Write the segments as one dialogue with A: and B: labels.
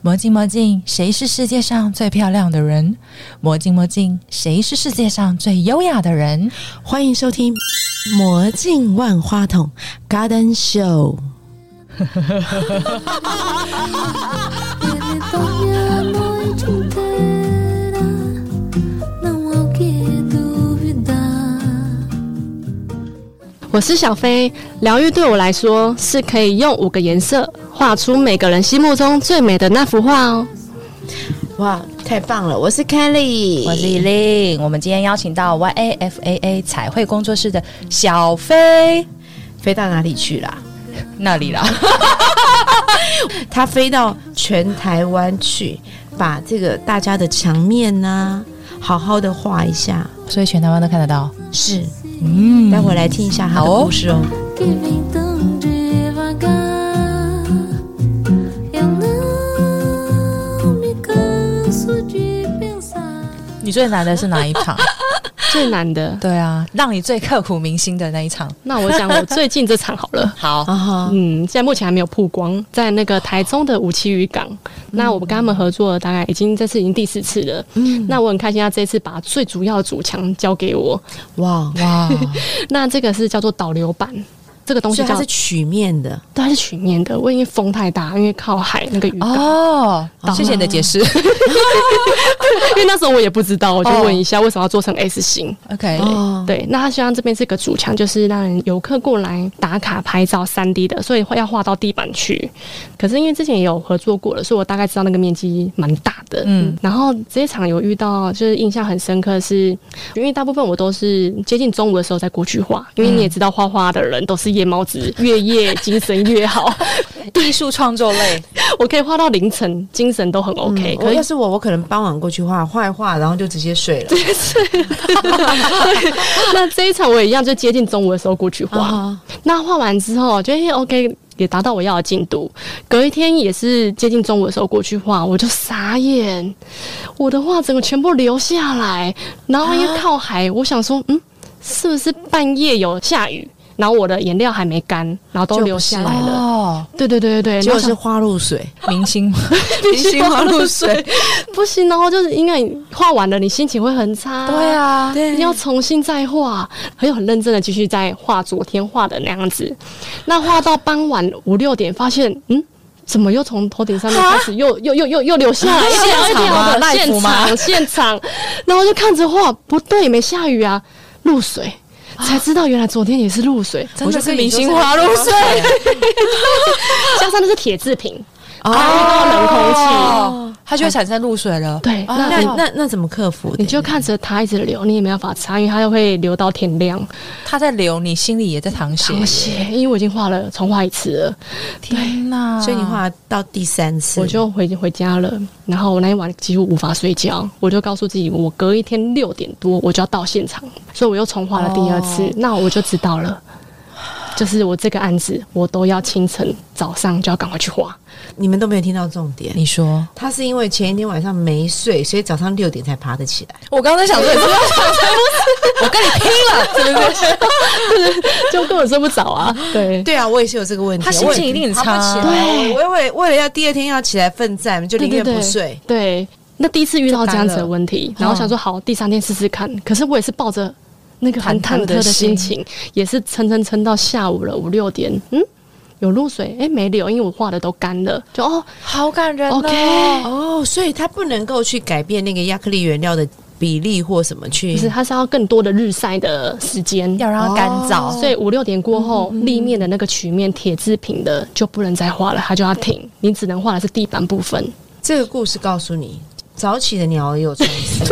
A: 魔镜魔镜，谁是世界上最漂亮的人？魔镜魔镜，谁是世界上最优雅的人？
B: 欢迎收听《魔镜万花筒》Garden Show。
C: 我是小飞，疗愈对我来说是可以用五个颜色画出每个人心目中最美的那幅画哦。
B: 哇，太棒了！我是 Kelly，
A: 我是依令，我们今天邀请到 YAFAA 彩绘工作室的小飞
B: 飞到哪里去啦？
A: 那里啦，
B: 他飞到全台湾去，把这个大家的墙面呐、好好的画一下。
A: 所以全台湾都看得到。
B: 是，
A: 嗯
B: 待会来听一下他的故事哦。
D: Tão devagar, eu não me canso de pensar.
A: 你最难的是哪一场？
C: 最难的，
A: 对啊，让你最刻骨铭心的那一场。
C: 那我讲我最近这场好了。
A: 好，
B: 啊哈，
C: 嗯，现在目前还没有曝光，在那个台中的五期渔港。那我们跟他们合作了大概已经这次已经第四次了。那我很开心，他这次把最主要的主墙交给我。
B: 哇，
A: 哇，
C: 那这个是叫做导流板，这个东
B: 所
C: 西
B: 以它
C: 叫
B: 是曲面的，
C: 对它是曲面的。我因为风太大，因为靠海那个渔 港，
A: 哦，谢谢你的解释。
C: 因为那时候我也不知道，我就问一下为什么要做成 S 型。
A: OK，
B: 哦，
C: 对，那他希望这边这个主墙就是让人游客过来打卡拍照三 D 的，所以会要画到地板去。可是因为之前也有合作过了，所以我大概知道那个面积蛮大的。
A: 嗯
C: 嗯，然后这一场有遇到，就是印象很深刻的是，因为大部分我都是接近中午的时候再过去画，因为你也知道画画的人都是夜猫子，越夜精神越好。
A: 艺术创作类，
C: 我可以画到凌晨，精神都很 OK、
B: 我
C: 可
B: 要
C: 以。
B: 是我，我可能傍晚过去画，画一画，然后就直接睡了。
C: 那这一场我也一样，就接近中午的时候过去画。
B: 啊
C: 那画完之后，觉得诶 OK，也达到我要的进度。隔一天也是接近中午的时候过去画，我就傻眼，我的画整个全部流下来。然后因为靠海，我想说，嗯，是不是半夜有下雨？然后我的颜料还没干，然后都
B: 就不
C: 流下来了。
A: 哦，
C: 对对对对对，
B: 结
C: 然
B: 果
C: 后想
B: 是花露水，
A: 明星吗
B: 明星花露水，
C: 不行，然后就是因为你画完了，你心情会很差。
A: 对啊，
B: 对
C: 你要重新再画，还有很认真的继续再画昨天画的那样子。那画到傍晚五六点，发现嗯。怎么又从头顶上面开始又又又又又流下来一条一
A: 现场吗
C: 条的？
A: 赖服
C: 啊现
A: 吗
C: 场现场，然后就看着画，不对，没下雨啊，露水，才知道原来昨天也是露水，
A: 真的
B: 我就跟
A: 是
B: 你
A: 明星
B: 说
A: 花露水，
C: 加上那是铁制品，
B: 哦
C: 啊冷空气
A: 哦，它就会产生露水了。
C: 对
A: 哦
C: 那
B: 那那那怎么克服的？
C: 你就看着它一直流，你也没办法擦，因为它又会流到天亮。
A: 它在流，你心里也在淌血
C: 好。写，因为我已经画了重画一次了，
A: 天哪！
B: 所以你画到第三次，
C: 我就回回家了，然后我那一晚几乎无法睡觉，我就告诉自己，我隔一天六点多我就要到现场，所以我又重画了第二次，
A: 哦
C: 那我就知道了。就是我这个案子，我都要清晨早上就要赶快去画。
B: 你们都没有听到重点。
A: 你说，
B: 他是因为前一天晚上没睡，所以早上六点才爬得起来。
A: 我刚才想 说，你是不是要想说我跟你拼了，对不对？
C: 就根本睡不着啊。对，
B: 对啊，我也是有这个问题。
A: 他心情一定很差
B: 我也爬不起来我为为了要第二天要起来奋战，就宁愿不睡。
C: 对，那第一次遇到这样子的问题，
A: 就干了
C: 然后想说好，第三天试试看。可是我也是抱着那个很
A: 忐忑
C: 哦忐忑
A: 的
C: 的
A: 心
C: 心情，也是撑撑撑到下午了五六点，嗯，有露水，哎、没流，因为我画的都干了，就哦
A: 好感人哦。
C: ，OK。
B: 哦，所以他不能够去改变那个亚克力原料的比例或什么去
C: 就是它是要更多的日晒的时间，
A: 要哦嗯让它干燥，
C: 所以五六点过后，立面的那个曲面铁制品的就不能再画了，它就要停，你只能画的是地板 部分。
B: 这个故事告诉你，早起的鸟也有虫 吃。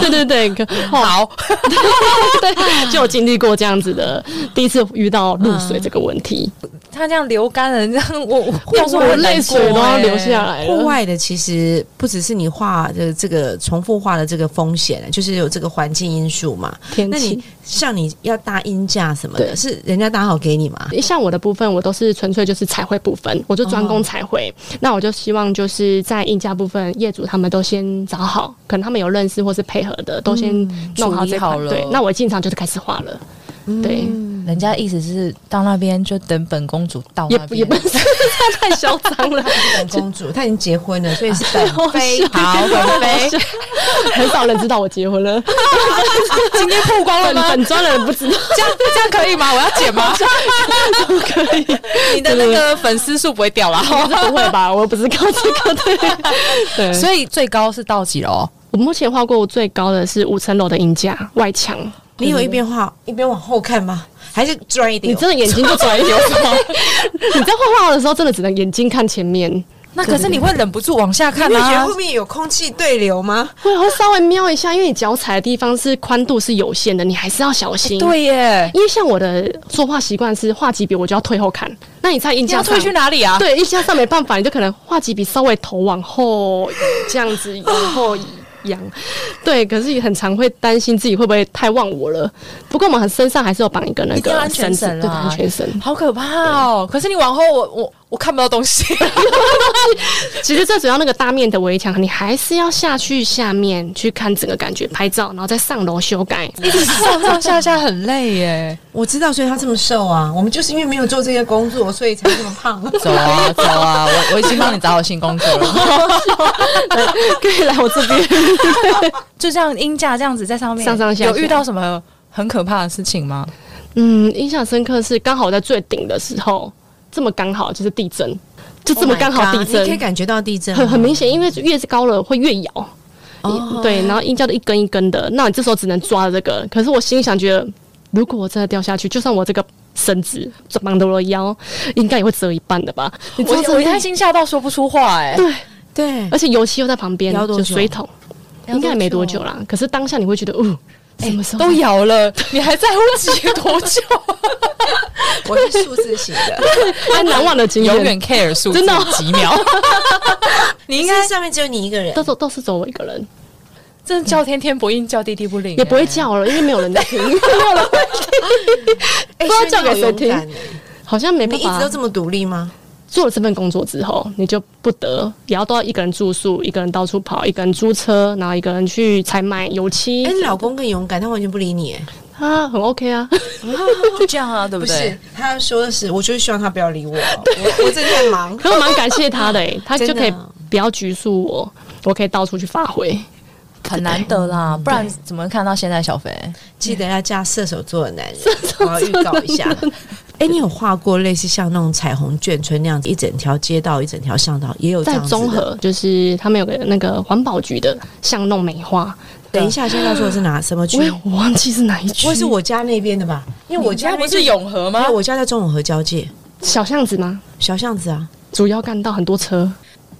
C: 对对对，可
A: 好，
C: 对，就有经历过这样子的，第一次遇到露水这个问 题，
A: 它这样流干了，这样我我
C: 要
A: 要
C: 是
A: 是
C: 我
A: 我
C: 泪水都
A: 哎
C: 要
A: 欸
C: 流下。来
B: 户
C: 了。
B: 外的其实不只是你画的这个重复画的这个风险，啊就是有这个环境因素嘛。
C: 天
B: 那
C: 气
B: 你，像你要搭音架什么的，
C: 对
B: 是人家搭好给你吗？
C: 像我的部分，我都是纯粹就是彩绘部分，我就专
A: 哦
C: 攻彩绘。那我就希望就是在印价部分，业主他们都先找好，可能他们有认识或是配合的，都先弄好
A: 嗯处理
C: 这
A: 好
C: 款。
A: 了嗯
C: 对，那我进场就是开始画了。对，
A: 人家意思是到那边就等本公主到
C: 也
A: 那
C: 不也
A: 边
C: 不，是 太嚣张了，
B: 本公主，她已经结婚了，所以是本妃好，
C: 好。笑
B: 本妃，
C: 很少人知道我结婚了。
A: 今天曝光
C: 本本专人不知道，
A: 这 样这样可以吗？我要剪 吗？
C: 不可以，
A: 你的那个粉丝数不会掉啊啦。
C: 不会吧？我不是靠这个 的。对，所
A: 所
C: 以
A: 以最高是到几楼？
C: 我目前画过最高的是五层楼的银架外墙。
B: 你有一边画一边往后看吗？还是转一点？
C: 你真的眼睛就转移了， 你在画画的时候真的只能眼睛看前面，
A: 那可是你会忍不住往下看
B: 你会觉
A: 啊
B: 得后。面有空气对流吗？
C: 会会稍微瞄一下，因为你脚踩的地方是宽度是有限的，你还是要小心。。
A: 对耶，
C: 因为像我的说话习惯是画几笔我就要退后看，那你在印
A: 你
C: 象
A: 要
C: 上
A: 退去哪里啊？
C: 对，一加上没办法，你就可能画几笔，稍微头往后这样子，往后仰。对，可是也很常会担心自己会不会太忘我了。不过我们身上还是有绑一个那
A: 一定要
C: 个
A: 安全
C: 绳
A: 绳啊
C: 子对，
A: 啦
C: 安全绳。
A: 好可怕哦！可是你往后我，我我看不到东 西。
C: 其实最主要那个大面的围墙，你还是要下去下面去看整个感觉，拍照，然后再上楼修 改。
A: 一直上上下下很累耶。
B: 我知道，所以她这么瘦啊。我们就是因为没有做这些工作，所以才这么 胖。
A: 走啊走 啊，我我已经帮你找好新工作了。
C: 可以来我这边。
A: 就这样鹰架这样子在上面，
C: 上上下下
A: 有遇到什么很可怕的事情吗？
C: 嗯，印象深刻是刚好在最顶的时候，这么刚好就是地震，就这么刚好
B: Oh my
C: 地
B: god，
C: 震
B: 你可以感觉到地震吗，
C: 很很明显，因为越是高了会越摇。
B: 哦
C: 对，然后硬胶的一根一根的，那你这时候只能抓着这个。可是我心里想，觉得如果我真的掉下去，就算我这个绳子绑着我的腰，应该也会折一半的吧？你知道
A: 我我
C: 真的
A: 担心吓到说不出话哎。
C: 对，
B: 对，
C: 而且油漆又在旁边，
B: 摇多
C: 就
B: 久
C: 水桶，应该也没多久啦。可是当下你会觉得，哦，什么时候
A: 都摇了，你还在乎自己多久？
B: 我是数字型的，
C: 还难忘的经验，
A: 永远 care 数字
C: 真的哦
A: 几秒，
B: 你应该上面只有你一个人
C: 都。是都是走我一个人，
A: 真的叫天天不应，叫地地不灵，
C: 也不会。叫了，因为没有人在听， 没有人会
B: 哎
C: 不知道叫给谁听
B: 所以你好勇敢哎
C: 好像没
B: 你
C: 办
B: 一直都
C: 法。
B: 这么独立吗？
C: 做了这份工作之后，你就不得也要都要一个人住宿，一个人到处跑，一个人租车，然后一个人去采买油漆。
B: 哎，你老公更勇敢，他完全不理你。哎，
C: 啊，很 OK 啊，
A: 就这样啊，对不
B: 不
A: 对
B: 是？，他说的是，我就是希望他不要理我，我我真的很忙。
C: 可是我蛮感谢他的、欸，他就可以
B: 真的啊
C: 不要拘束我，我可以到处去发挥。
A: 很难得啦，不然怎么看到现在小肥？
B: 记得要嫁射手座的 男人，我要预告一下。哎，你有画过类似像那种彩虹眷村那样子，一整条街道、一整条巷道，也有这
C: 在
B: 样子的
C: 综。合，就是他们有个那个环保局的巷弄美化，
B: 等一下，先告诉我是哪什么区
A: 哎
C: 我？也我忘记是哪一区，
B: 不会是我家那边的吧？因为我家那边就，
A: 永和
B: 因为我家在中永和交界
C: 小巷子吗？
B: 小巷子啊，
C: 主要干道很多车，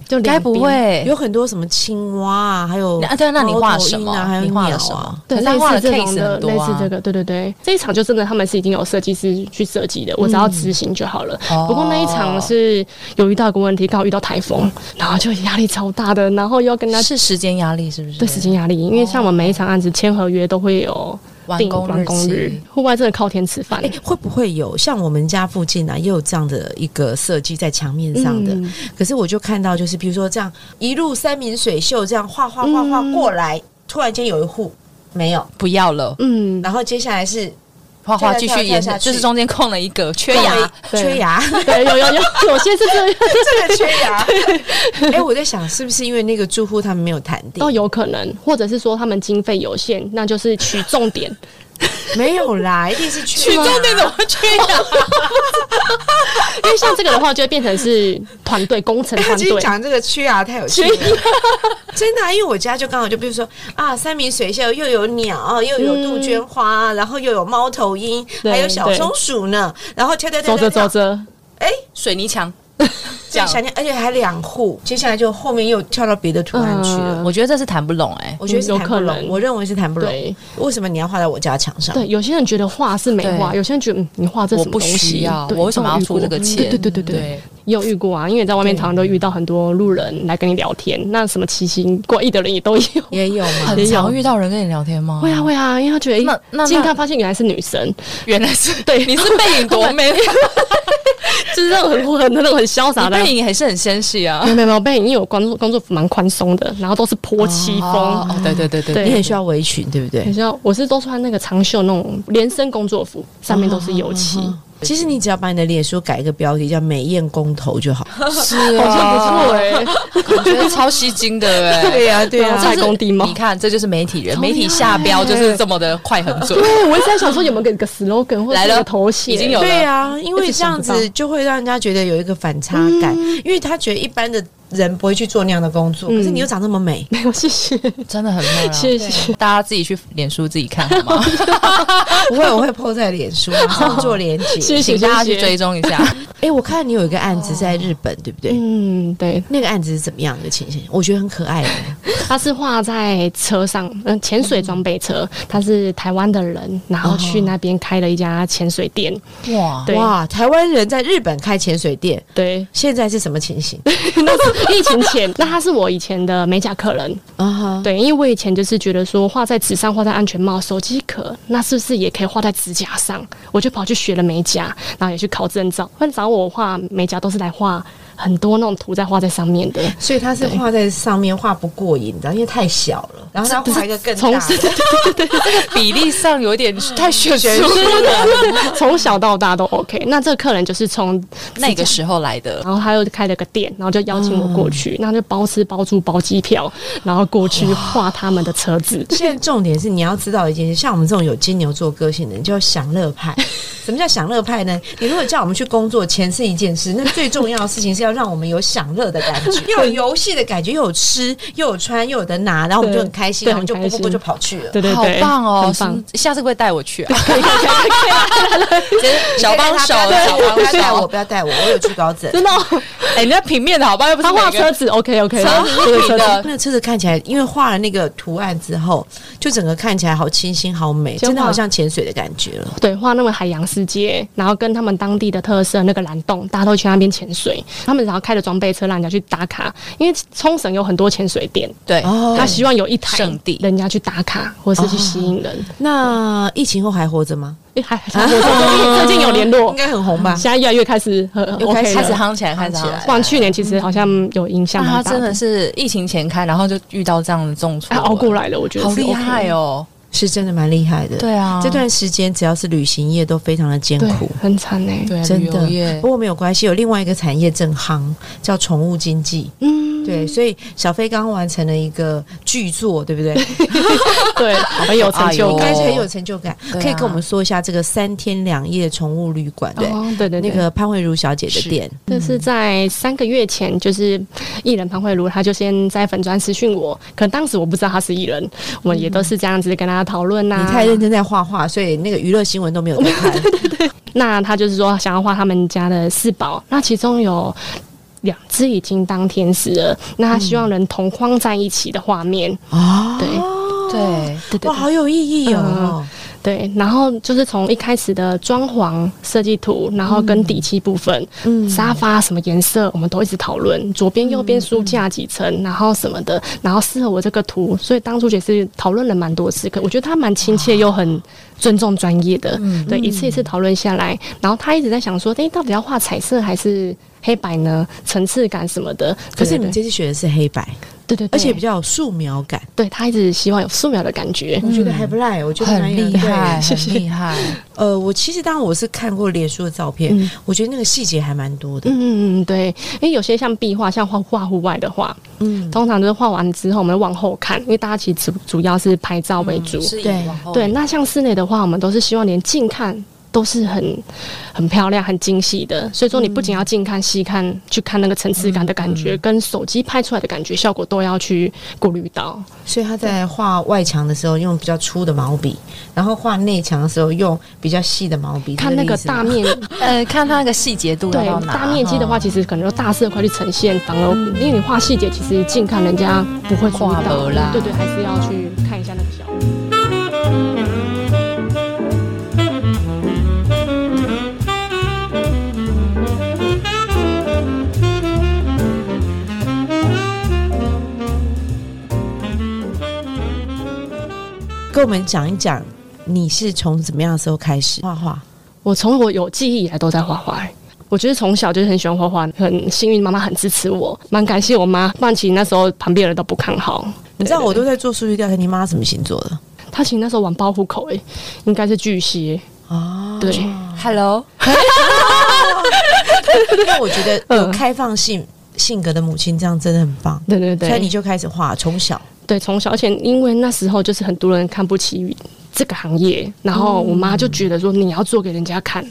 C: 就两边
A: 该不会
B: 有很多什么青蛙啊，还有
A: 啊？对啊，那你画
B: 猫头
A: 什
B: 鹰啊还
A: 么？
B: 有
A: 你画
B: 鸟
A: 了
B: 啊
A: 什么？
C: 对
A: 可是他
C: 类
A: 画的
C: 似这种
A: case
C: 的
A: 很多
C: 类似
A: 啊
C: 这。个，对对对，这一场就真的他们是已经有设计师去设计的，我只要执行就好了。
A: 哦
C: 不过那一场是有遇到一个问题，刚好遇到台风，然后就压力超大的，然后又要跟他
A: 那是时间压力是不是？
C: 对时间压力，因为像我们每一场案子签合约都会有
A: 完
C: 定
A: 工
C: 完工
A: 期
C: 日，户外真的靠天吃饭
B: 哎、。会不会有像我们家附近啊，也有这样的一个设计在墙面上的？
C: 嗯
B: 可是我就看到，就是比如说这样一路山明水秀，这样画画画画过来，突然间有一户没有，
A: 不要了，
C: 嗯，
B: 然后接下来是
A: 画画
B: 跳
A: 继
B: 跳
A: 续
B: 跳
A: 延
B: 下，
A: 就是
B: 去
A: 中间空了一个缺牙。
C: 对
B: 缺牙，
C: 对，有有有有些是这样，
B: 这 个缺牙。哎、我在想是不是因为那个住户他们没有谈定
C: 都，哦有可能，或者是说他们经费有限，那就是取重点。
B: 没有啦，一定是缺牙。
C: 啊
A: 么缺 牙？
C: 因为像这个的话，就会变成是团队工程
B: 哎他
C: 团
B: 今天
C: 队。
B: 讲这个缺牙太有趣了，真的啊、因为我家就刚好就比如说啊，山明水秀，又有鸟，又有杜鹃花，然后又有猫头鹰，
C: 嗯对
B: 还有小松鼠呢，然后跳跳跳
C: 走
B: 跳
C: 着走
B: 跳，
C: 着，
B: 哎，
A: 水泥墙。这
B: 这
A: 样，
B: 想念，而且还两户，接下来就后面又跳到别的图案去了。
C: 嗯
A: 我觉得这是谈不拢哎。
B: 我觉得是
C: 有
B: 谈不
C: 可
B: 拢，
C: 能
B: 我认为是谈不拢。
C: 对
B: 为什么你要画在我家墙上？
C: 对，有些人觉得画是美化，
A: 对
C: 有些人觉得嗯你画这
A: 我
C: 什么
A: 不
C: 东西？
A: 需要，
C: 对
A: 我为什么要
C: 都有遇
A: 出这个
C: 过
A: 钱？
C: 嗯对对对对对，也有遇过啊，因为你在外面常常都遇到很多路人来跟你聊天，那什么奇形怪异的人也都有。
A: 哦
B: 也有嘛，
A: 很常遇到人跟你聊天吗？
C: 会啊会啊，因为他觉得
A: 那那
C: 诶近
A: 那
C: 看发现原来是 女神，
A: 原来是
C: 对
A: 你是背影多美，
C: 就是那种很很那种很潇洒
E: 你
C: 的。
E: 背影还是很纤细啊
C: 没。有没有没有，背影因为我工作工作服蛮宽松的，然后都是坡漆风。
E: 哦，哦对对对对，
C: 对
B: 你很需要围裙，对不
C: 你
B: 对？
C: 知道我是都穿那个长袖那种连身工作服，上面都是油漆，
E: 嗯
B: 其实你只要把你的脸书改一个标题，叫“美艳公投”就 好。
E: 是
C: 好像不错哎、
E: 我觉得超吸睛的哎、
B: 呀、对啊
C: 呀
E: 这
C: 太
E: 是
C: 工地貌
E: 你看，这就是媒体人，媒体下标就是这么的快很准。
C: 对，我一直在想说有没有个个 slogan 或
E: 嗯
C: 者
E: 来
C: 是
E: 了
C: 一个头衔，
E: 已经有了
B: 对啊，因为这样
C: 一直想不
B: 子就会让人家觉得有一个反差感，因为他觉得一般的人不会去做那样的工作，
C: 嗯
B: 可是你又长这么 美，
C: 没有谢谢，
E: 真的很漂亮，
C: 谢谢
E: 大家自己去脸书自己看好吗？
B: 不会，我会 PO 在脸书上做连 结。
C: 谢谢
E: 请大家
C: 谢
E: 去
C: 谢
E: 追。踪 一下。
B: 哎、我看你有一个案子在日本，对不对？
C: 嗯，对，
B: 那个案子是怎么样的情形？我觉得很可爱、
C: 他是画在车上，嗯、潜水装备车，他是台湾的人，然后
E: 哦
C: 去那边开了一家潜水店，
E: 哇，
C: 对
B: 哇！台湾人在日本开潜水店，
C: 对，
B: 现在是什么情形？
C: 那是疫情前，那他是我以前的美甲客人，
B: 啊哈，
C: 对，因为我以前就是觉得说画在纸上、画在安全帽、手机壳，那是不是也可以画在指甲上？我就跑去学了美甲，然后也去考证照。但找我画美甲都是来画很多那种图在画在上面的，
B: 所以它是画在上面画不过瘾的，因为太小了，然后它画一个更
C: 从
B: 大的。
E: 比例上有点太悬殊
B: 悬殊
E: 了。
C: 从小到大都 OK。那这个客人就是从
E: 那个时候来的，
C: 然后他又开了个店，然后就邀请我过
E: 嗯
C: 去，那就包吃包住包机票，然后过去画他们的车子。
B: 现在重点是你要知道一件事，像我们这种有金牛座个性的人，就要享乐 派。什么叫享乐派呢？你如果叫我们去工作前是一件事，那最重要的事情是要让我们有享乐的感 觉，又有游戏的感觉，又有吃，又有穿，又有的拿，然后我们就很开心，
C: 对
B: 然后我们就
C: 很
B: 不
C: 开
B: 不
C: 心
B: 不就跑去了。
C: 对对
E: 好
C: 对，
E: 棒哦！
C: 很棒。
E: 是下次会不会带我去 啊？ 小帮手，
B: 不要带
E: 小
B: 我，
E: 帮手。
B: 不要带我，不要带我，我有去高枕。
C: 真的哦、
E: 哎，你那平面的好吧？又不是
C: 他画
E: 每个
C: 车子 OK OK，
E: 车子是平的，
B: 那个车子看起来，因为画了那个图案之后，就整个看起来好清新、好美，
C: 先
B: 真的
C: 画
B: 好像潜水的感觉了。
C: 对，画那个海洋世界，然后跟他们当地的特色那个蓝洞，大家都去那边潜水。他们然后开着装备车让人家去打卡，因为冲绳有很多潜水店，
E: 对，
B: 哦
C: 他希望有一台
E: 圣地
C: 人家去打卡或是去吸引人。
B: 那疫情后还活着吗？
C: 诶还还我最近最近有联络
B: 应，该很
E: 嗯
B: 红吧？
C: 现在越来越开始很很
B: 又开
C: OK
B: 始
E: 开始
C: 了。
E: 夯起来，开始
B: 夯
E: 夯起
B: 起来
C: 不
E: 来。
C: 然去年其实好像有影响
E: 那他
C: 蛮大
E: 真的是疫情前开，然后就遇到这样的重挫，
C: 他啊熬过来了，我觉得
E: 好
C: 是
E: 厉害
C: OK 的，
E: 哦！
B: 是真的蛮厉害的。、
E: 对啊，
B: 这段时间只要是旅行业都非常的艰
C: 对
B: 苦，，
C: 很惨哎。
E: 对
B: 真
E: 旅游
B: 的
E: 业
B: 不过没有关系，有另外一个产业正夯，叫宠物经济。
C: 嗯，
B: 对，所以小飞刚刚完成了一个巨作，对不对？
C: 对，很有成就
E: 哦
B: 应
C: 感
B: 该。是很有成就感。
E: 对啊
B: 可以跟我们说一下这个三天两夜宠物旅馆，对，
C: 哦对对对，
B: 那个潘慧茹小姐的
E: 是
B: 店。
C: 这是
B: 嗯
C: 在三个月前，就是艺人潘慧茹，她就先在粉专私讯我，可当时我不知道她是艺人，我们也都是这样子跟她讨论啊呐。
B: 你太认真在画画，所以那个娱乐新闻都没有在 看。
C: 那她就是说想要画他们家的四宝，那其中有。两只已经当天使了，那她希望能同框在一起的画面，
B: 哦，
C: 对
E: 对
C: 对对嗯
B: 哇，好有意义哦！
C: 对对。然后就是从一开始的装潢设计图，然后跟底漆部分，
B: 嗯，
C: 沙发什么颜色，我们都一直讨论，左边右边书架几层，然后什么的，然后适合我这个图，所以当初也是讨论了蛮多次，可我觉得他蛮亲切又很尊重专业的，
B: 嗯
C: 对，一次一次讨论下来，然后他一直在想说，诶，到底要画彩色还是黑白呢？层次感什么的，
B: 可是
C: 对
B: 你们这次学的是黑白，
C: 对对对，
B: 而且比较有素描感，
C: 对他一直希望有素描的感觉，
B: 我觉得还不赖，我觉得
E: 很
B: 蛮有
E: 厉害，。
B: 对
E: 很厉害。
B: 呃，我其实当然我是看过脸书的照片
C: 嗯，
B: 我觉得那个细节还蛮多的。
C: 嗯嗯嗯，对，因为有些像壁画，像画画户外的画，
B: 嗯，
C: 通常就是画完之后我们往后看，因为大家其实主主要是拍照为主，
A: 嗯
E: 嗯是
B: 对
E: 往后
C: 对，那像室内的话，我们都是希望连近看都是很很漂亮、很精细的。所以说，你不仅要近看、细看，去看那个层次感的感觉，跟手机拍出来的感觉效果都要去顾虑到。
B: 所以他在画外墙的时候用比较粗的毛笔，然后画内墙的时候用比较细的毛笔。
C: 看那个大面，
E: 呃，看它那个细节度要
C: 对
E: 到哪。嗯
C: 大面积的话，
E: 哈
C: 其实可能就大色块去呈现，反而因为你画细节，其实近看人家不会注意
E: 看
C: 到
E: 不啦
C: 对对，还是要去看一下那个效果。
B: 跟我们讲一讲，你是从怎么样的时候开始画画？
C: 我从我有记忆以来都在画画、欸我就是从小就是很喜欢画画，很幸运妈妈很支持我，蛮感谢我妈。不然其实那时候旁边人都不看好。
B: 你知道
C: 对
B: 我都在做数据调查，你妈什么星座的？
C: 她其实那时候玩报户口、欸，应该是巨蟹。
B: 哦，
C: 对，
E: Hello，
B: 那我觉得有开放性性格的母亲，这样真的很棒。
C: 对对对，
B: 所以你就开始画，从小
C: 对，从小，而且因为那时候就是很多人看不起这个行业，然后我妈就觉得说你要做给人家看，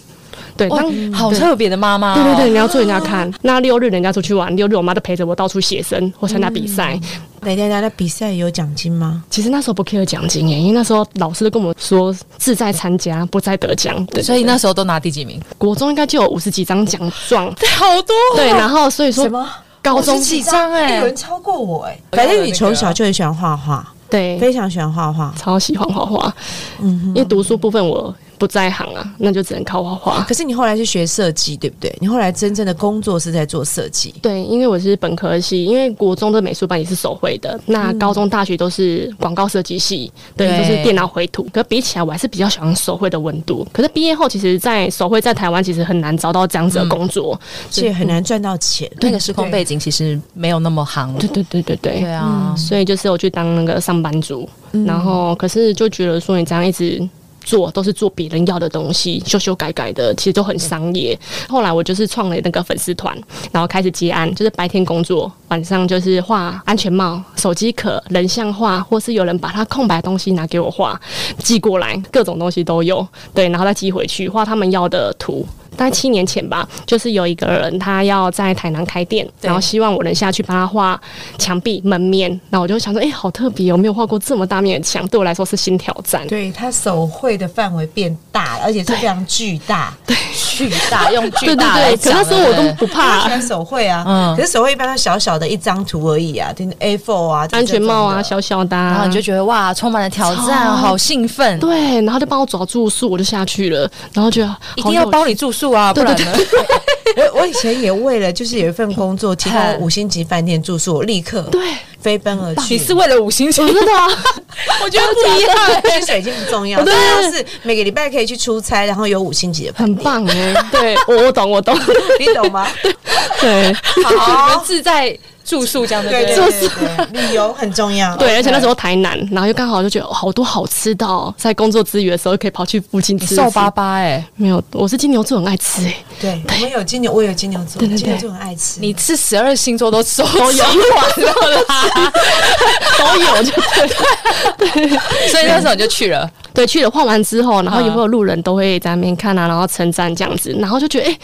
C: 对，
E: 哇
C: 当。，
E: 好特别的妈妈哦，
C: 对对对，你要做给人家看。那六日人家出去玩，六日我妈就陪着我到处写生或参加比赛。
B: 哪天来那比赛有奖金吗？
C: 其实那时候不 care 奖金耶，因为那时候老师都跟我们说志在参加，不在得奖。对，
E: 所以那时候都拿第几名？
C: 国中应该就有五十几张奖状。
E: 好多
C: 对，啊然后所以说
B: 么？
C: 高中
E: 几张哎
B: 有人超过我哎、欸反正你从小就很喜欢画画，
C: 对嗯
B: 非常喜欢画画。
C: 超喜欢画画，因为读书部分我不在行啊，那就只能靠画画。
B: 可是你后来是学设计，对不对？你后来真正的工作是在做设计。
C: 对，因为我是本科系，因为国中的美术班也是手绘的，那高中、大学都是广告设计系，对，
E: 对
C: 就是电脑绘图。可比起来，我还是比较喜欢手绘的温度。可是毕业后，其实，在手绘在台湾其实很难找到这样子的工作。
B: 所以很难赚到钱。
E: 那个时空背景其实没有那么行，
C: 对嗯对对对对。
E: 对啊，
C: 所以就是我去当那个上班族，然后可是就觉得说你这样一直。做都是做别人要的东西，修修改改的，其实都很商业。后来我就是创了那个粉丝团，然后开始接案，就是白天工作，晚上就是画安全帽、手机壳、人像画，或是有人把他空白的东西拿给我画，寄过来，各种东西都有。对，然后再寄回去，画他们要的图。大概七年前吧，就是有一个人他要在台南开店，然后希望我能下去帮他画墙壁、门面。然后我就想说，哎、好特别哦，我没有画过这么大面的墙，对我来说是新挑战。
B: 对他手绘的范围变大，而且是非常巨 大。
E: 巨大用巨
C: 对对
E: 大
C: 对
E: 来，
C: 可
E: 讲
C: 那时候我都
E: 对
C: 不
B: 他
C: 怕
B: 喜。欢手绘啊，
E: 嗯
B: 可是手绘一般都小小的一张图而已啊，就是 A4 啊，
C: 安全帽啊，
B: 这种
C: 小小的、啊，
E: 然后你就觉得哇，充满了挑战，
C: 超
E: 好兴奋，
C: 对，然后就帮我找住宿，我就下去了，然后觉得
E: 一定要
C: 帮
E: 包你住宿啊，不
C: 对
E: 然
C: 对
E: 呢？
B: 的。哎我我以前也为了就是有一份工作，提供
E: 看
B: 五星级饭店住宿，我立刻
C: 嗯对，
B: 飞奔而去。
E: 你是为了五星级
C: 我，知道，
E: 我觉得不一样欸。
B: 薪水已经不重要，重
C: 对
B: 要是每个礼拜可以去出差，然后有五星级的饭
C: 很棒 哎、对我我懂我懂，
B: 店，你懂吗？
C: 对
E: 好，你 们自在住宿这样的，
B: 对对
E: 不
B: 对对，对旅游很重要。
C: 对，而且那时候台南，然后又刚好就觉得哦好多好吃的、哦，在工作之余的时候可以跑去附近
E: 你
C: 吃。
E: 瘦巴巴哎、
C: 没有，我是金牛座，很爱吃哎、
B: 对，我们有金牛，我有金牛座，
C: 对对对
B: 金牛座很爱吃。
E: 你是十二星座都收都有完了啦，
C: 都有就对了。
E: 所以那时候你就去了，
C: 对，去了画完之后，然后
E: 嗯
C: 也会有路人都会在那边看啊，然后称赞这样子，然后就觉得哎、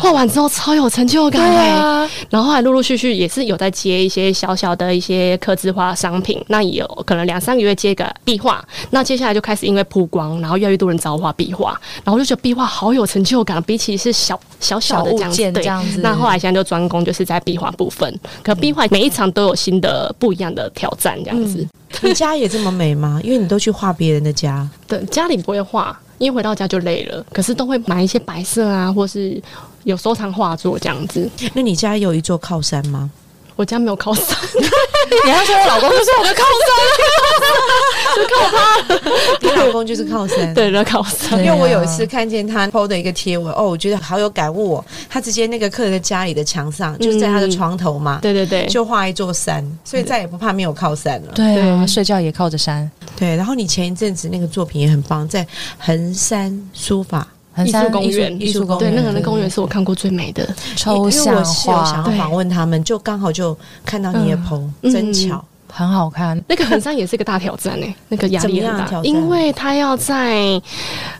C: 画完之后超有成就感哎、
E: 啊，
C: 然后后来陆陆续续也是有在接一些小小的一些刻字化商品，那也有可能两三个月接个壁画，那接下来就开始因为曝光，然后越来越多人找我画壁画，然后我就觉得壁画好有成就感，比起是小小小的这样
E: 小物
C: 子，
E: 件
C: 对嗯
E: 这样子
C: 那后来现在就专攻就是在壁画部分，可壁画每一场都有新的不一样的挑战这样子。
B: 你家也这么美 吗？因为你都去画别人的家，
C: 对，家里不会画，因为回到家就累了，可是都会买一些白色啊，或是有收藏画作这样子。
B: 那你家有一座靠山吗？
C: 我家没有靠山。
E: 你还说我老公就是我的靠
B: 你老公就是靠山。
C: 对，啊热靠山。
B: 因为我有一次看见他 PO 的一个贴文，哦，我觉得好有感悟哦。他直接那个客人的家里的墙上，就是在他的床头嘛，
C: 嗯对对对，
B: 就画一座山，所以再也不怕没有靠山了。
E: 对啊，
C: 对
E: 睡觉也靠着山，
B: 对，然后你前一阵子那个作品也很棒，在衡山书法，
E: 衡
C: 艺术
E: 山
C: 公
E: 艺术
C: 园
E: 艺术公
C: 对，
E: 园，
C: 那个那公园是我看过最美的，
E: 抽
B: 因为我
E: 象
B: 是有想
E: 画
B: 要访问他们，就刚好就看到你的 PO，、
C: 嗯
B: 真巧。
E: 很好看，
C: 那个衡山也是个大挑战诶、欸那个压力
B: 怎么样
C: 很
B: 的
C: 大
B: 挑，战
C: 因为它要在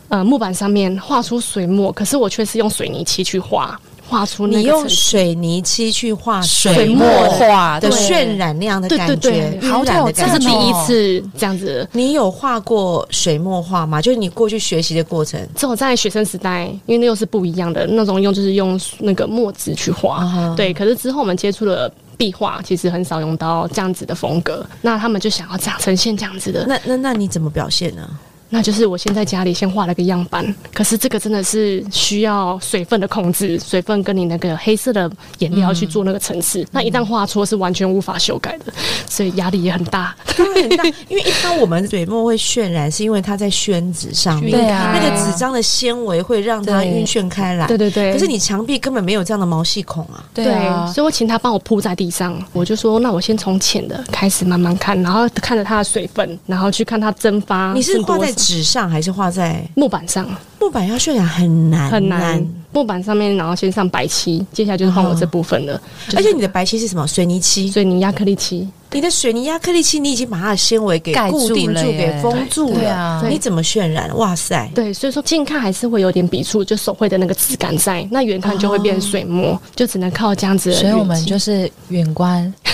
C: 呃木板上面画出水墨，可是我却是用水泥漆去画，画出那
B: 你
C: 个
B: 用
C: 层次
B: 水泥漆去画
E: 水
C: 墨
E: 画
B: 的
E: 对
B: 渲染那样的
C: 对
B: 感
C: 对
B: 觉，
C: 对
B: 啊晕
E: 好
B: 染的
E: 挑
B: 感
C: 这是
E: 战
B: 觉。
C: 第一
E: 哦
C: 次这样子。
B: 你有画过水墨画吗？就是你过去学习的过程。
C: 只有在学生时代，因为那又是不一样的那种用，就是用那个墨汁去画。
B: 哈
C: 对，可是之后我们接触了壁画，其实很少用到这样子的风格。那他们就想要这样呈现这样子的。
B: 那那那你怎么表现呢？
C: 那就是我先在家里先画了个样板，可是这个真的是需要水分的控制，水分跟你那个黑色的颜料去做那个层次，那一旦画错是完全无法修改的，所以压力也很大。
B: 会很大，因为一般我们水墨会渲染，是因为它在宣纸上面，
A: 对啊
B: 那个纸张的纤维会让它
A: 对
B: 晕眩开来。
C: 对对 对，
B: 可是你墙壁根本没有这样的毛细孔啊！
A: 对啊，
C: 所以我请他帮我铺在地上，我就说那我先从浅的开始慢慢看，然后看着它的水分，然后去看它蒸发。
B: 你啊是画在
C: 多少
B: 纸上还是画在
C: 木板上，
B: 木板？要渲染很难
C: 很难。木板上面，然后先上白漆，接下来就是换
A: 啊
C: 我这部分了。
B: 而且你的白漆是什么？水泥漆，
C: 所以你亚克力漆，
B: 你的水泥压克力漆，你已经把它的纤维给
A: 盖住
B: 固定
A: 了
B: 住、
A: 耶
B: 给封住
A: 对
B: 了。
A: 啊，
C: 对
B: 你怎么渲染？哇塞！
C: 对，所以说近看还是会有点笔触，就手绘的那个质感在，那远看就会变水墨，
B: 啊
C: 就只能靠这样子的远
A: 所
C: 近。
A: 以我们就是远观
E: 呃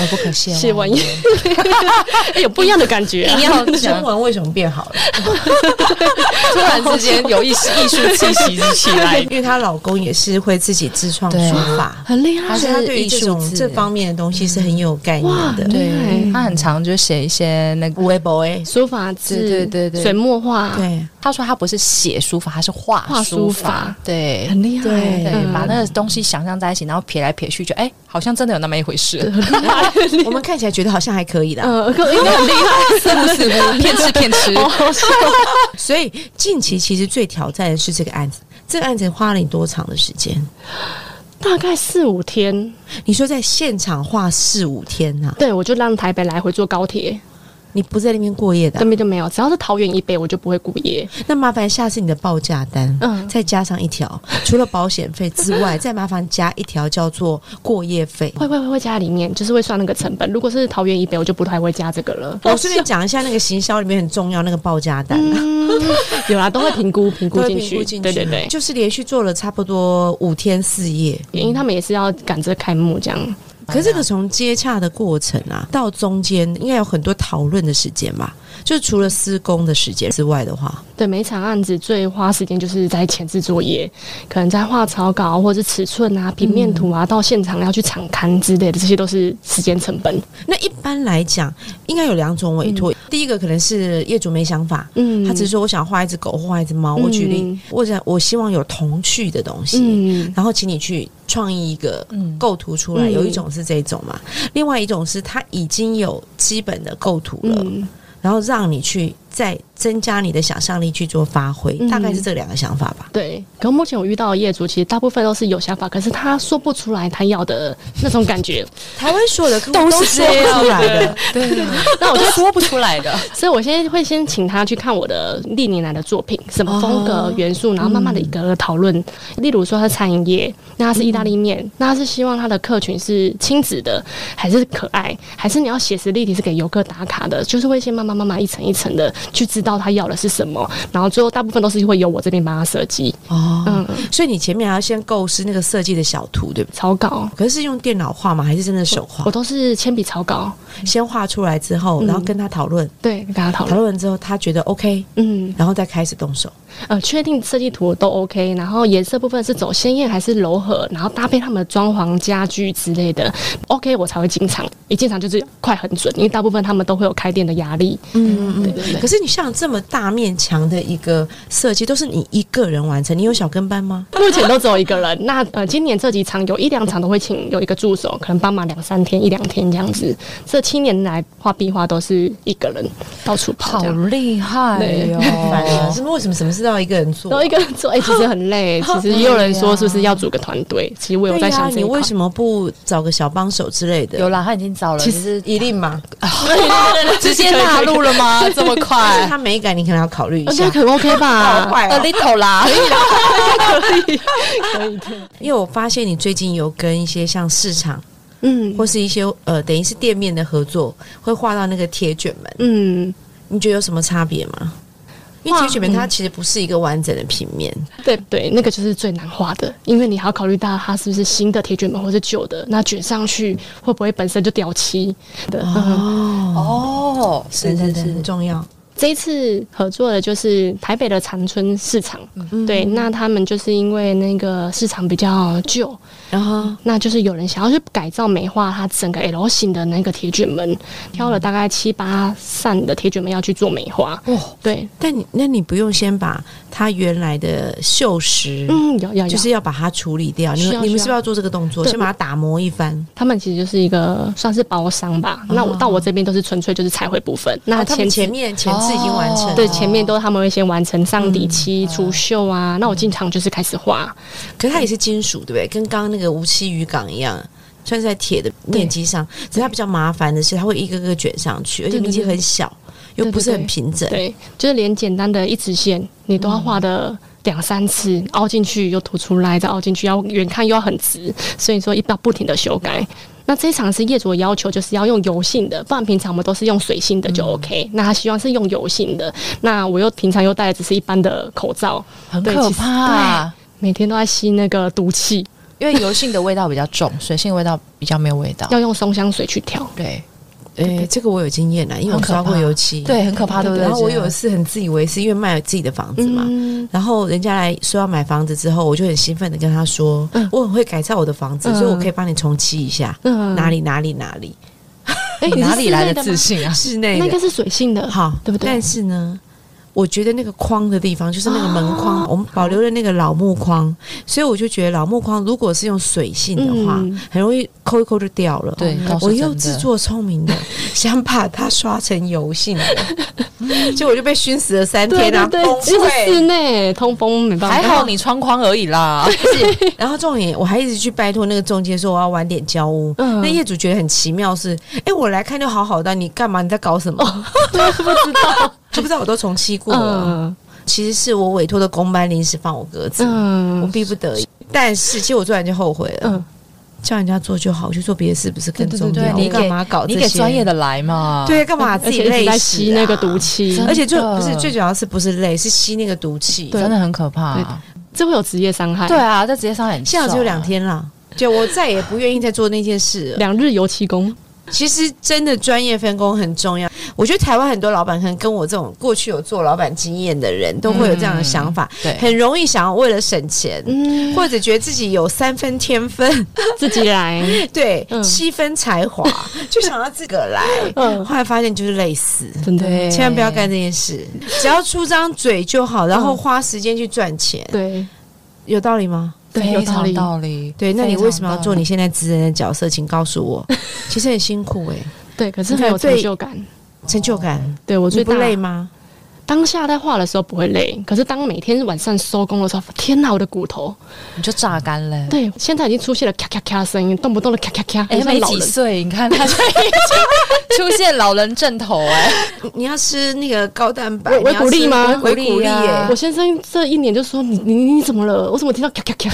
A: 而不可亵
C: 谢
A: 玩
C: 完眼， 哎有不一样的感觉、 啊。
E: 你要
B: 中
E: 讲，
B: 文为什么变好了？
E: 突然之间有艺术艺术气息起来
B: 因。为她老公也是会自己自创
A: 对
B: 书法，
C: 很厉害
A: 他
B: 所以
A: 是
B: 她对于这
A: 艺术
B: 种
A: 字
B: 这方面的东西是很有概念
C: 哇，
B: 的。
A: 对
C: 对，
A: 他很常就写一些那个，
B: 微博哎，
C: 书法字，
A: 对对对对
C: 水墨画，
B: 对，
A: 他说他不是写书法，他是画
C: 画
A: 书
C: 书
A: 法
C: 法，
A: 对，
C: 很厉害，
A: 对，
C: 嗯
A: 把那个东西想象在一起，然后撇来撇去，就哎，好像真的有那么一回事，
B: 我们看起来觉得好像还可以啦。
A: 嗯
C: 呃，可应该很厉
E: 似乎似乎骗吃骗吃，
C: 害，
B: 所以近期其实最挑战的是这个案子。这个案子花了你多长的时间？
C: 大概四五天，
B: 你说在现场画四五天呐、
C: 对我就让台北来回坐高铁，
B: 你不在那边过夜的啊、
C: 根本就没有，只要是桃园以北，我就不会过夜。
B: 那麻烦下次你的报价单，
C: 嗯
B: 再加上一条，除了保险费之外， 再麻烦加一条叫做过夜费。
C: 会会会会加里面，就是会算那个成本。如果是桃园以北，我就不太会加这个了。
B: 我顺便讲一下那个行销里面很重要那个报价单啊，
C: 哦嗯，有啦，都会评 估评估
B: 都会
C: 进
B: 评
C: 去
B: 估，进去，
C: 对对对，
B: 就是嗯连续做了差不多五天四夜。
C: 因为他们也是要赶着开幕这样。
B: 可是这个从接洽的过程啊，到中间应该有很多讨论的时间吧？就是除了施工的时间之外的话，
C: 对，每一场案子最花时间就是在前置作业，可能在画草稿或者是尺寸啊、平面图啊，到现场要去场刊之类的，这些都是时间成本。
B: 那一般来讲，应该有两种委托。第一个可能是业主没想法，
C: 嗯，
B: 他只是说我想画一只狗或画一只猫，我举例
C: 嗯，
B: 或者我希望有童趣的东西，
C: 嗯，
B: 然后请你去创意一个
A: 嗯
B: 构图出来。
C: 嗯
B: 有一种是这种嘛，另外一种是他已经有基本的构图了，
C: 嗯
B: 然后让你去再增加你的想象力去做发挥，
C: 嗯
B: 大概是这两个想法吧。
C: 对，可目前我遇到的业主，其实大部分都是有想法，可是他说不出来他要的那种感觉。
B: 台湾所有的客户都是这样来的，
E: 对，
C: 那我就，
E: 说不出来的。
C: 所以我现在会先请他去看我的历年来的作品，什么风格、元素，然后慢慢的一个个讨论。例如说，他餐饮业，那他是意大利面，那他是希望他的客群是亲子的，还是可爱，还是你要写实立体是给游客打卡的，就是会先慢慢慢慢一层一层的去知道他要的是什么，然后最后大部分都是会由我这边帮他设计。
B: 哦，
C: 嗯，
B: 所以你前面还要先构思那个设计的小图，对不对？
C: 草稿。
B: 可是是用电脑画吗？还是真的手画
C: 我？都是铅笔草稿，
B: 先画出来之后，
C: 嗯
B: 然后跟他讨论，
C: 对，跟他
B: 讨
C: 讨论。
B: 论完之后他觉得 OK，
C: 嗯，
B: 然后再开始动手。
C: 呃，确定设计图都 OK，然后颜色部分是走鲜艳还是柔和，然后搭配他们的装潢、家具之类的，OK，我才会进场。一进场就是快很准，因为大部分他们都会有开店的压力。
B: 嗯
C: 对对对
B: 可是你像这么大面墙的一个设计，都是你一个人完成，你有小跟班吗？
C: 目前都只有一个人。那呃，今年这几场有一两场都会请有一个助手，可能帮忙两三天、一两天这样子。这七年来画壁画都是一个人到处跑
A: 好
C: 这样。
A: 厉害哟、
B: 烦
A: 哦
B: 啊！是为什么什么事都要一个人做
C: 然
B: 啊？
C: 后一个人做，哎、其实很 累。其实也有人说，是不是要组个团队？其实我有
B: 对
C: 在
B: 呀、
C: 想这
B: 你
C: 一块
B: 为。什么不找个小帮手之类的？
A: 有啦，他已经找了，
B: 其
A: 只是
B: 实一定嘛，
E: 直接纳入了吗？这么
A: 哎
B: 但是
E: 快
B: 它美感你可能要考虑一
C: 应
B: 下啊
C: 该。很 OK 吧？
A: 啊
E: ？A little 啦，
C: 可以的。
B: 因为我发现你最近有跟一些像市场
C: 嗯，
B: 或是一些呃，等于是店面的合作，会画到那个铁卷门，
C: 嗯，
B: 你觉得有什么差别吗？因为
C: 画
B: 铁卷门它
C: 嗯
B: 其实不是一个完整的平面，
C: 对对，那个就是最难画的，因为你还要考虑到它是不是新的铁卷门或是旧的，那卷上去会不会本身就掉漆的。
B: 啊
C: 嗯，
E: 哦，是
B: 对
E: 是
B: 对对
E: 是
B: 很，重要。
C: 这一次合作的就是台北
B: 嗯
C: 的长春市场，对，那他们就是因为那个市场比较旧，
B: 然后
C: 那就是有人想要去改造美化它整个 L 型的那个铁卷门，挑了大概七八扇的铁卷门要去做美化。
B: 哦，
C: 对，
B: 但你那你不用先把它原来的锈蚀，
C: 嗯，有有有，
B: 就是要把它处理掉。你
C: 需要
B: 们你们是不
C: 需
B: 是
C: 要
B: 要做这个动作，
C: 对
B: 先把它打磨一番？
C: 他们其实就是一个算是包商吧。那我到我这边都是纯粹就是彩绘部分，那
B: 啊他们
C: 前
B: 前
C: 期。
B: 面前
C: 哦
B: 置已经完成了，
C: 对，前面都他们会先完成上底漆、除锈啊。那我进场就是开始画，
B: 可是它也是金属，对不对？跟刚刚那个无锡渔港一样。穿在铁的面积上，只是它比较麻烦的是，它会一个个卷上去，而且
C: 对对
B: 面积
C: 对
B: 很小，又
C: 对
B: 不是
C: 对
B: 很平整。
C: 对，就是连简单的一直线，你都要画的两三次，凹进去又凸出来，再凹进去，要远看又要很直，所以说一定要不停的修改。那这一场是业主的要求，就是要用油性的，不然平常我们都是用水性的就 OK、那他希望是用油性的，那我又平常又戴的只是一般的口罩，
A: 很
C: 对
A: 可
C: 其实
A: 怕、啊。
C: 每天都在吸那个毒气，
A: 因为油性的味道比较重，水性的味道比较没有味道。
C: 要用松香水去调。
A: 对
B: 诶、哎这个我有经验啦，啊因为我
A: 很可
B: 刷过
A: 怕
B: 油漆。
A: 对，很可怕，对不对？
B: 然后我有一次很自以为是，因为卖了自己的房子嘛，
C: 嗯，
B: 然后人家来说要买房子之后，我就很兴奋的跟他说，我很会改造我的房子，
C: 嗯
B: 所以我可以帮你重漆一下，
C: 嗯
B: 哪里哪里哪里，
C: 哎、
A: 你
C: 你是
A: 哪
C: 室
A: 里
C: 内
A: 来
C: 的
A: 的自
C: 吗？
A: 信啊？
B: 室内
C: 那应该
B: 的
C: 是水性的，
B: 哎好，
C: 对不对
B: 但是呢。我觉得那个框的地方，就是那个门框，
C: 哦
B: 我们保留了那个老木框，所以我就觉得老木框如果是用水性的话，
C: 嗯
B: 很容易抠一抠就掉了。
A: 对，倒是
B: 我又
A: 真的
B: 自作聪 明的想把它刷成油性的， 结果我就被熏死了三
C: 对
B: 天
C: 对
B: 啊，
C: 对
B: 崩，
C: 就是室
B: 溃。
C: 内通风没办法。
A: 还好 你窗框而已啦。
B: 然后重点，我还一直去拜托那个中介说我要晚点交屋。
C: 嗯
B: 那业主觉得很奇妙是，哎、我来看就好好的，你干嘛？你在搞什么？ 就不知道我都重漆过了。
C: 哦嗯
B: 其实是我委托的公班临时放我鸽子，我
C: 嗯
B: 逼不得已。但是其实我做完就后悔了，
C: 嗯，
B: 叫人家做就好，我去做别的事不是更
C: 对对
B: 重要？
C: 对
A: 对
B: 我干嘛搞
A: 你
B: 这些？
A: 给专业的来嘛。，
B: 对，干嘛自
C: 而
B: 己
C: 且一
B: 累
C: 直
B: 死、啊、
C: 在吸那个毒气，
A: 真
B: 而且最
A: 的
B: 不是最主要是不是累，是吸那个毒气。
C: 对
A: 真的很可怕、哎
C: 对这会有职业伤害。
A: 对，啊，这直接伤害很重
B: 幸
A: 啊
B: 好只有两，天啦，就我再也不愿意再做那件事了。
C: 两日油漆工，
B: 其实真的专业分工很重要。我觉得台湾很多老板，可能跟我这种过去有做老板经验的人，都会有这样的想法，
A: 对，
B: 很容易想要为了省钱。
C: 嗯，
B: 或者觉得自己有三分天分，
C: 自己来，
B: 对，
C: 嗯
B: 七分才 华，就想要自个儿来。
C: 嗯，
B: 后来发现就是累死，
C: 真的，
A: 对
B: 千万不要干这件事，只要出张嘴就好，然后
C: 嗯
B: 花时间去赚钱，
C: 对
B: 有道理吗？
C: 对，有
A: 非
C: 道
A: 常
C: 理。
A: 道理。
B: 对，那你为什么要做
A: 非常道理
B: 你现在职人的角色？请告诉我，其实很辛苦 哎、
C: 对，可是很有成就感。
B: 成就感，
C: 对我
B: 你
C: 最
B: 不
C: 大
B: 累吗？
C: 当下在画的时候不会累，可是当每天晚上收工的时候，天哪，我的骨头！
A: 你就榨干了？
C: 对，现在已经出现了咔咔咔的声音，动不动的咔咔咔，
A: 哎、
C: 很像
A: 没
C: 老
A: 几
C: 人。
A: 岁，你看他就已经出现老人症头哎、
B: 你你要吃那个高蛋白，
C: 我我
B: 你要吃
C: 鼓励吗
B: 维骨
A: 鼓
B: 力
A: 励
B: 耶、
A: 啊
C: 我先生这一年就说你你你怎么了？我怎么听到咔咔 咔？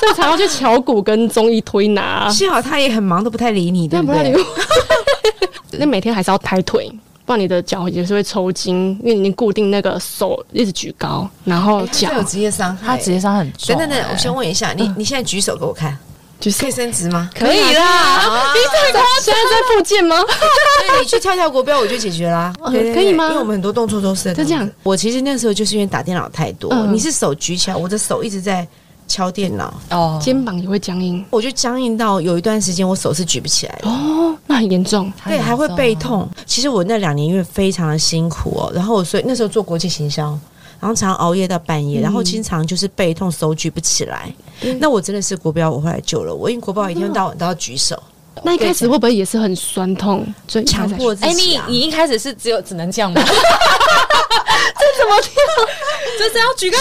C: 所以才要去敲骨跟中医推拿。
B: 幸好他也很忙，都不太理你，对
C: 那啊不
B: 不
C: 太理
B: 对？
C: 我。那每天还是要抬腿，不然你的脚也是会抽筋，因为你固定那个手一直举高，然后脚
B: 他有职业伤
A: 他
B: 害。
A: 职业伤很重、
B: 等等等
A: 哎，
B: 我先问一下，
C: 嗯
B: 你你现在举手给我看，
C: 举
B: 可
C: 手
B: 以。伸直 吗？
A: 可以啦，
C: 现在现在在复健吗？
B: 对，你去跳跳国标，我就解决啦。
C: 哦
B: 对对对
C: 可以吗
B: 因为我们很多动作都是
C: 就这样。
B: 我其实那时候就是因为打电脑太多，
C: 嗯
B: 你是手举起来，我的手一直在敲电脑，
A: 哦，
C: 肩膀也会僵硬
B: 我就僵硬到有一段时间我手是举不起来的。
C: 哦，那很严重。
A: 他
B: 对，
A: 很
B: 还会
A: 重
B: 背
A: 啊。
B: 痛。其实我那两年因为非常的辛苦哦，然后我所以那时候做国际行销，然后常熬夜到半夜，然
A: 嗯
B: 后经常就是背痛，手举不起来。那我真的是国标，我后来救了我，因为国标一天
A: 哦
B: 到晚都要举手，
C: 那一开始会不会也是很酸痛？所以
B: 强迫自
A: 哎、
B: 己、
A: 你
B: 啊。
A: 你一开始是只有只能这样吗？这怎么跳？这是要举高？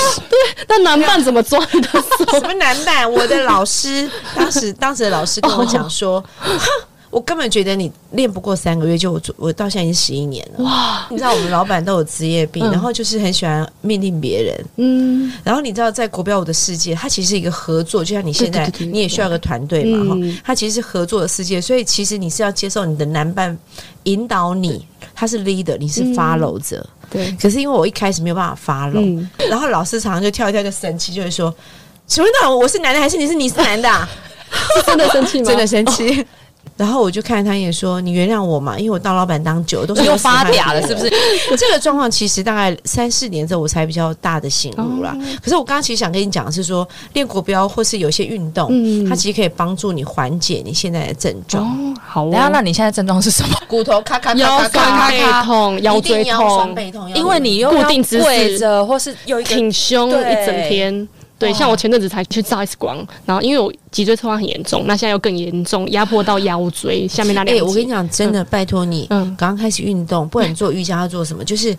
C: 那男伴怎么抓你的手？
B: 什么难办？ 我的老师当时当时的老师跟我讲说，
A: 哦
B: 哼，我根本觉得你练不过三个月，就我做我到现在已经十一年了。 哇！你知道我们老板都有职业病，
A: 嗯
B: 然后就是很喜欢命令别人。
C: 嗯，
B: 然后你知道，在国标舞的世界，它其实是一个合作，就像你现在
C: 对对对对
B: 你也需要一个团队嘛，哈、
C: 嗯
B: 它其实是合作的世界，所以其实你是要接受你的男伴引导你，他是 leader，你是 follow 者。
C: 对，
B: 可是因为我一开始没有办法 follow，、
C: 嗯
B: 然后老师常常就跳一跳就生气，就会说：“请问到底我是男的还是你是你是男的、啊
C: 是真的生气？”吗？
B: 真的生气。然后我就看他也说：“你原谅我嘛，因为我当老板当久了，都是
E: 你又
B: 我喜欢
E: 发
B: 的
E: 嗲了
B: 人
E: 是不是？
B: 这个状况其实大概三四年之后，我才比较大的醒悟啦。
C: 哦
B: 可是我刚刚其实想跟你讲的是说，练国标或是有一些运动，
C: 嗯
B: 它其实可以帮助你缓解你现在的症状。
C: 哦，好哦，
A: 然后，那你现在症状是什么？
B: 骨头咔咔
C: 腰酸背痛、腰椎痛，
B: 痛
A: 因为你又
C: 固
A: 要
C: 定姿势
A: 跪着，或是有一个
C: 挺胸
A: 对
C: 一整天。对，
A: 哇
C: 像我前阵子才去照 X 光，然后因为我脊椎侧弯很严重，那现在又更严重，压迫到腰椎下面那
B: 哎、
C: 两
B: 我跟你
C: 节。
B: 讲，真的，拜托你，
C: 嗯
B: 刚刚开始运动，不管你做瑜伽要做什么，就是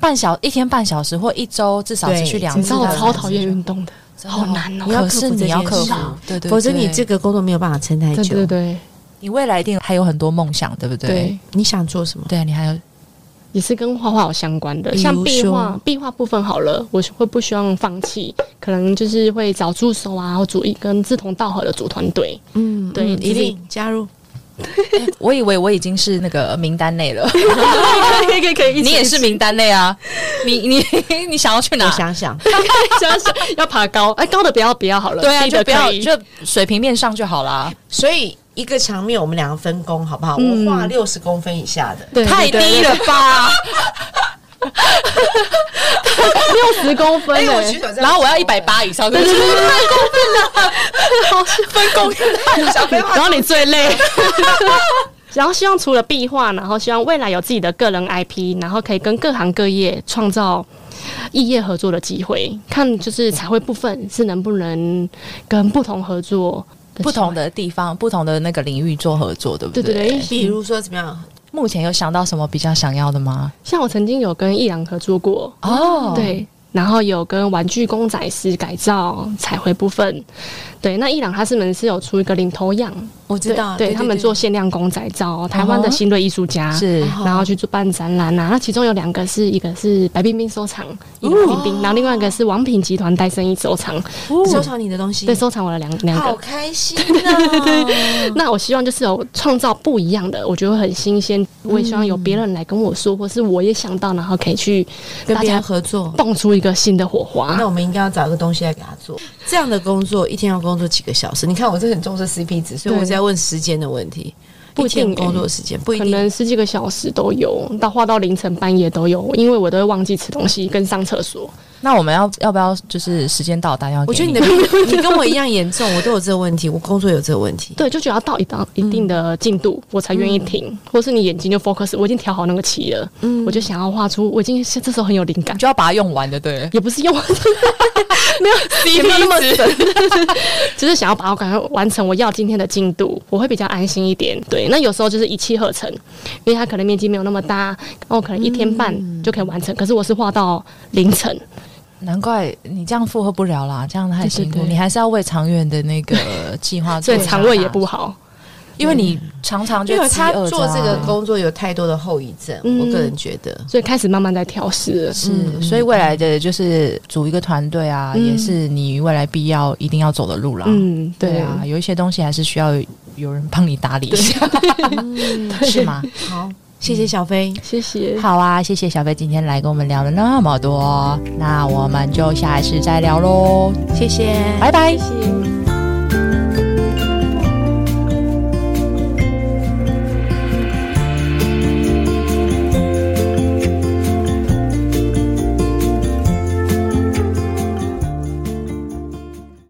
A: 半小一天半小时，或一周至少持续
B: 对
A: 两
C: 你
A: 次
C: 知道
A: 到
C: 我
A: 三次。
C: 超讨厌运动的，
A: 真的
C: 好难哦
B: 你要
A: 可
B: 克
A: 是
B: 服这
A: 你
B: 件
A: 要克
B: 事
A: 服
B: 啊，
A: 对对，
B: 否则你
A: 对
B: 这个工作没有办法撑太
C: 对
B: 久。
C: 对对
A: 你未来一定还有很多梦想，对不对？
C: 对，
B: 你想做什么？
A: 对你还有
C: 也是跟画画有相关的，
B: 比如
C: 像壁
B: 说
C: 画，壁画部分好了，我会不希望放弃，可能就是会找助手啊，或组一跟志同道合的组团队。
B: 嗯，
C: 对
B: 嗯一
C: 就是
B: 定加入。
A: 我以为我已经是那个名单内了，
C: 可以可以可以
A: 你也是名单内啊！你你 你想要去
B: 我
A: 哪？
B: 想想，
C: 想想要爬高，哎，高的不要不要好了，
A: 对啊，
C: 低
A: 就
C: 的
A: 不要
C: 可以
A: 就水平面上就好啦。
B: 所以一个墙面我们两个分工好不好？
C: 嗯
B: 我画六十公分以下的，
C: 对
A: 太低了吧？
C: 六十公分
B: 哎我
C: 欸
B: 举手这 样
A: 然后我要一百八以上，对对对， 分工
B: 小朋友
C: 然后你最 累。然后希望除了壁画，然后希望未来有自己的个人 IP，然后可以跟各行各业创造异业合作的机会，看就是彩绘部分是能不能跟不同合作的机
A: 不
C: 会
A: 同。的地方、不同的那个领域做合作，对不
C: 对对对，
B: 比如说怎么样？
A: 目前有想到什么比较想要的吗？
C: 像我曾经有跟艺廊合作过，
A: 哦，
C: 对，然后有跟玩具公仔师改造彩绘部分，对，那伊朗他是们是有出一个领头羊，
B: 我知道，
C: 对他们做限量公仔照，台湾的新锐艺术家。
A: 是
B: 嗯哦
C: 然后去做办展览啊，那其中有两个是一个是白冰冰收藏，尹
B: 哦
C: 冰冰，然后另外一个是王品集团戴生意收藏，
B: 收藏你的东西，
C: 对，收藏我的两两
B: 嗯好
C: 个。
B: 开心啊！
C: 那我希望就是有创造不一样的，我觉得很新鲜，我也希望有别人来跟我说，或是我也想到，然后可以去
B: 跟
C: 大
B: 别人
C: 家
B: 合作，哦
C: 蹦出一个新的火花。
B: 那我们应该要找一个东西来给他做。这样的工作一天要工作几个小时？你看我这很重视 CP 值，所以我
C: 对
B: 在问时间的问题。
C: 不一定
B: 天工作时间不一
C: 可
B: 定
C: 能十几个小时都有，到画到凌晨半夜都有，因为我都会忘记吃东西跟上厕所。
A: 那我们要要不要就是时间到达要？
B: 我觉 得你的病你跟我一样严重，我都有这个问题，我工作有这个问题。
C: 对，啊就觉得要到一到一定的
A: 嗯
C: 进度，我才愿意停，或是你眼睛就 focus，我已经调好那个棋了，
A: 嗯
C: 我就想要画出，我已经是这时候很有灵感
A: 你，就要把它用完的，对。
C: 也不是用 没有也没有那么神，就是想要把我赶快完成我要今天的进度，我会比较安心一点。对，那有时候就是一气呵成，因为它可能面积没有那么大，然后可能一天半
A: 嗯
C: 就可以完成，可是我是画到凌晨。
A: 难怪你这样负荷不了啦，这样太
C: 对对
A: 辛苦。
C: 对
A: 你还是要为长远的那个计 划做
C: 所
A: 一
C: 以
A: 下啦，
C: 肠胃也不好。
A: 因为你常常就
B: 因为
A: 饥
B: 他
A: 饿着
B: 做这个
A: 啊
B: 工作有太多的后遗症，
C: 嗯
B: 我个人觉得。
C: 所以开始慢慢在调试了。
A: 是，所以未来的就是组一个团队啊，
C: 嗯
A: 也是你未来必要一定要走的路啦。
C: 嗯，
A: 对啊，，有一些东西还是需要有人帮你打理一下， 是啊吗？
B: 好，谢谢小飞。
C: 谢谢，
A: 好啊，谢谢小飞今天来跟我们聊了那么多，那我们就下一次再聊喽，谢谢，拜拜。
C: 谢谢。